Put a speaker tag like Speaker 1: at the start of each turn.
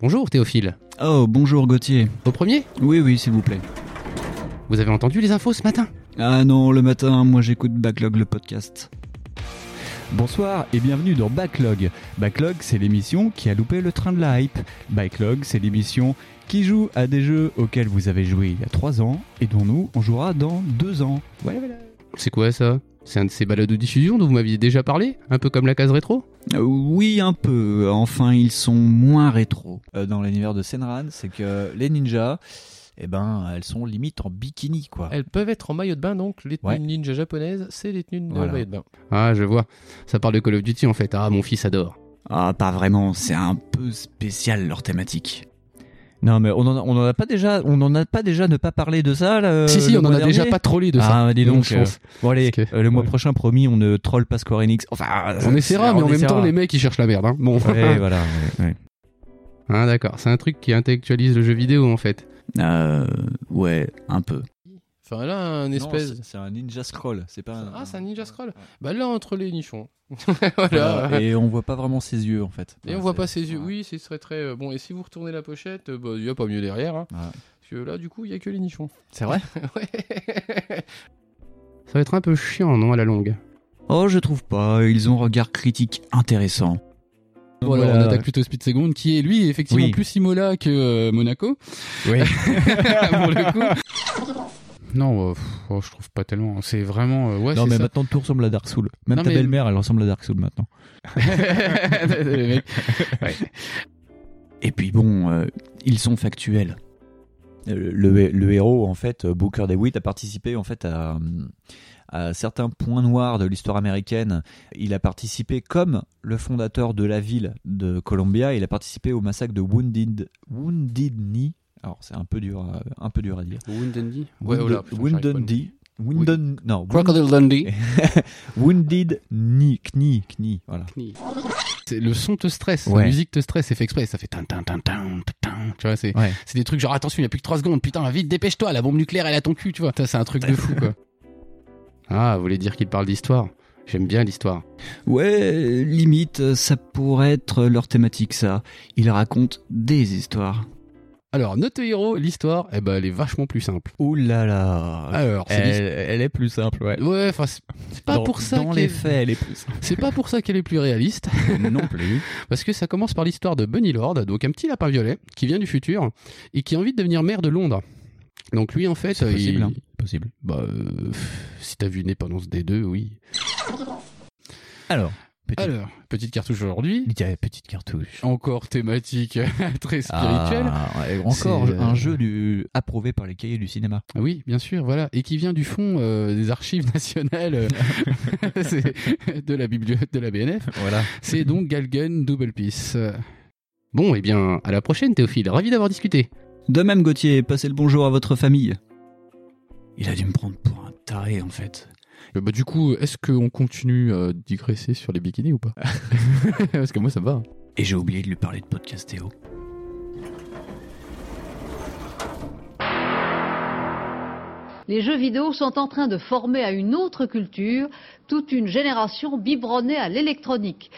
Speaker 1: Bonjour Théophile.
Speaker 2: Oh, bonjour Gauthier.
Speaker 1: Au premier,
Speaker 2: Oui, oui, s'il vous plaît.
Speaker 1: vous avez entendu les infos ce matin
Speaker 2: Ah non, le matin, moi j'écoute Backlog le podcast.
Speaker 3: Bonsoir et bienvenue dans Backlog. Backlog, c'est l'émission qui a loupé le train de la hype. Backlog, c'est l'émission qui joue à des jeux auxquels vous avez joué il y a 3 ans et dont nous, on jouera dans 2 ans. Voilà, voilà.
Speaker 1: C'est quoi ça C'est un de ces balades de diffusion dont vous m'aviez déjà parlé Un peu comme la case rétro
Speaker 2: Euh, oui, un peu. Enfin, ils sont moins rétro.
Speaker 4: euh, dans l'univers de Senran, c'est que les ninjas, eh ben, elles sont limite en bikini,
Speaker 3: Eh
Speaker 4: quoi.
Speaker 5: Elles peuvent être en maillot de bain, donc les tenues
Speaker 4: Ouais.
Speaker 5: ninja japonaises, c'est les tenues de
Speaker 4: Voilà.
Speaker 5: maillot de bain.
Speaker 1: Ah, je vois. Ça parle de Call of Duty en fait. Ah, mon fils adore.
Speaker 2: Ah, pas vraiment, c'est un peu spécial leur thématique.
Speaker 4: Non, mais on en, a- on en a pas déjà, on en a pas déjà ne pas parler de ça. Là,
Speaker 1: si, si,
Speaker 4: Euh, le
Speaker 1: on en
Speaker 4: mois
Speaker 1: a déjà
Speaker 4: dernier
Speaker 1: pas trollé de ça.
Speaker 4: Ah, dis donc.
Speaker 1: je pense.
Speaker 4: euh, bon allez,
Speaker 1: Parce que-
Speaker 4: euh, le mois
Speaker 1: ouais.
Speaker 4: prochain, promis, on ne troll pas Square Enix. Enfin, euh,
Speaker 1: on essaiera, mais en même temps, les mecs ils cherchent la merde. hein. Bon.
Speaker 4: Ouais, voilà. ouais, ouais.
Speaker 1: Ah, d'accord. C'est un truc qui intellectualise le jeu vidéo en fait.
Speaker 2: Euh, ouais, un peu.
Speaker 5: Enfin, là, un espèce.
Speaker 4: Non, c'est- c'est un ninja scroll, c'est pas.
Speaker 5: ah,
Speaker 4: un-
Speaker 5: c'est un ninja scroll.
Speaker 4: Ouais.
Speaker 5: Bah là, entre les nichons. voilà.
Speaker 4: Voilà, Et on voit pas vraiment ses yeux en fait.
Speaker 5: Et on
Speaker 4: Ouais,
Speaker 5: voit
Speaker 4: c'est-
Speaker 5: pas ses yeux.
Speaker 4: ouais.
Speaker 5: Oui, c'est très très. euh, Bon, et si vous retournez la pochette, euh, bah, il y a pas mieux derrière. hein.
Speaker 4: Ouais.
Speaker 5: Parce que là, du coup, il y a que les nichons.
Speaker 4: C'est vrai.
Speaker 5: ouais.
Speaker 1: Ça va être un peu chiant, non, à la longue.
Speaker 2: Oh, je trouve pas, ils ont un regard critique intéressant.
Speaker 6: Bon, alors
Speaker 4: Voilà.
Speaker 6: on attaque plutôt Speed Second, qui est lui effectivement
Speaker 4: Oui.
Speaker 6: plus Imola que euh, Monaco.
Speaker 4: Oui.
Speaker 6: Pour le coup. Non, euh, pff, oh, je trouve pas tellement. C'est vraiment. euh, ouais,
Speaker 4: non,
Speaker 6: c'est
Speaker 4: mais
Speaker 6: ça.
Speaker 4: maintenant tout ressemble à Dark Souls. Même
Speaker 6: Non,
Speaker 4: ta
Speaker 6: mais-
Speaker 4: belle-mère, elle ressemble à Dark Souls maintenant.
Speaker 5: bah,
Speaker 6: Le mec.
Speaker 2: Et puis bon, euh, ils sont factuels.
Speaker 4: Euh, le, le héros en fait euh, Booker DeWitt a participé en fait à, à certains points noirs de l'histoire américaine il a participé comme le fondateur de la ville de Columbia il a participé au massacre de Wounded Wounded Knee alors c'est un peu dur à, un peu dur à dire
Speaker 5: Ouais, oh là,
Speaker 4: Wounded-
Speaker 5: putain, j'arrive pas
Speaker 4: Wounded
Speaker 5: non plus.
Speaker 4: Knee Wounded non
Speaker 6: Crocodile Dundee.
Speaker 4: Wounded Knee Knee Knee voilà
Speaker 6: C'est- Le son te stresse,
Speaker 4: Ouais.
Speaker 6: la musique te stresse, c'est fait exprès. Ça fait tin tin tin tin tin. Tu vois, c'est
Speaker 4: Ouais.
Speaker 6: c'est des trucs genre attention, il y a plus que 3 secondes. Putain, vite, dépêche-toi, la bombe nucléaire elle a ton cul, tu vois. Putain, C'est un truc de fou quoi.
Speaker 1: Ah, vous voulez dire qu'il parle d'histoire J'aime bien l'histoire.
Speaker 2: Ouais, euh, limite, euh, ça pourrait être leur thématique, ça. Ils racontent des histoires.
Speaker 6: Alors, notre héros, l'histoire, eh ben, elle est vachement plus simple.
Speaker 4: ouh là là
Speaker 2: Ah,
Speaker 6: Alors, c'est l'histoire-
Speaker 4: est plus simple ouais
Speaker 6: Ouais, enfin, c'est c'est pas
Speaker 4: Dans-
Speaker 6: pour ça
Speaker 4: dans
Speaker 6: qu'elle
Speaker 4: les
Speaker 6: est-
Speaker 4: faits elle est plus simple
Speaker 6: c'est pas pour ça qu'elle est plus réaliste.
Speaker 4: non plus
Speaker 6: Parce que ça commence par l'histoire de Bunny Lord, donc un petit lapin violet qui vient du futur et qui a envie de devenir maire de Londres. Donc lui, en fait,
Speaker 4: c'est possible
Speaker 6: il-
Speaker 4: hein. possible
Speaker 6: bah, euh, pff, si t'as vu Indépendance des deux, oui.
Speaker 4: Alors, petite,
Speaker 6: Alors, petite cartouche aujourd'hui,
Speaker 4: Il y a une petite cartouche.
Speaker 6: encore thématique très spirituelle.
Speaker 4: Ah, et encore
Speaker 6: C'est, euh,
Speaker 4: un jeu du... approuvé par les cahiers du cinéma.
Speaker 6: Ah Oui, bien sûr, voilà, et qui vient du fond euh, des archives nationales euh, c'est- de la bibliothèque de la BNF.
Speaker 4: Voilà.
Speaker 6: C'est donc Galgen Double Piece. Bon, et bien, à la prochaine Théophile, ravi d'avoir discuté.
Speaker 2: De même, Gauthier, passez le bonjour à votre famille. Il a dû me prendre pour un taré, en fait.
Speaker 6: Euh, Bah, du coup, est-ce qu'on continue à digresser sur les bikinis ou pas Parce que moi, ça me va.
Speaker 2: Et j'ai oublié de lui parler de Podcastéo.
Speaker 7: Les jeux vidéo sont en train de former à une autre culture toute une génération biberonnée à l'électronique.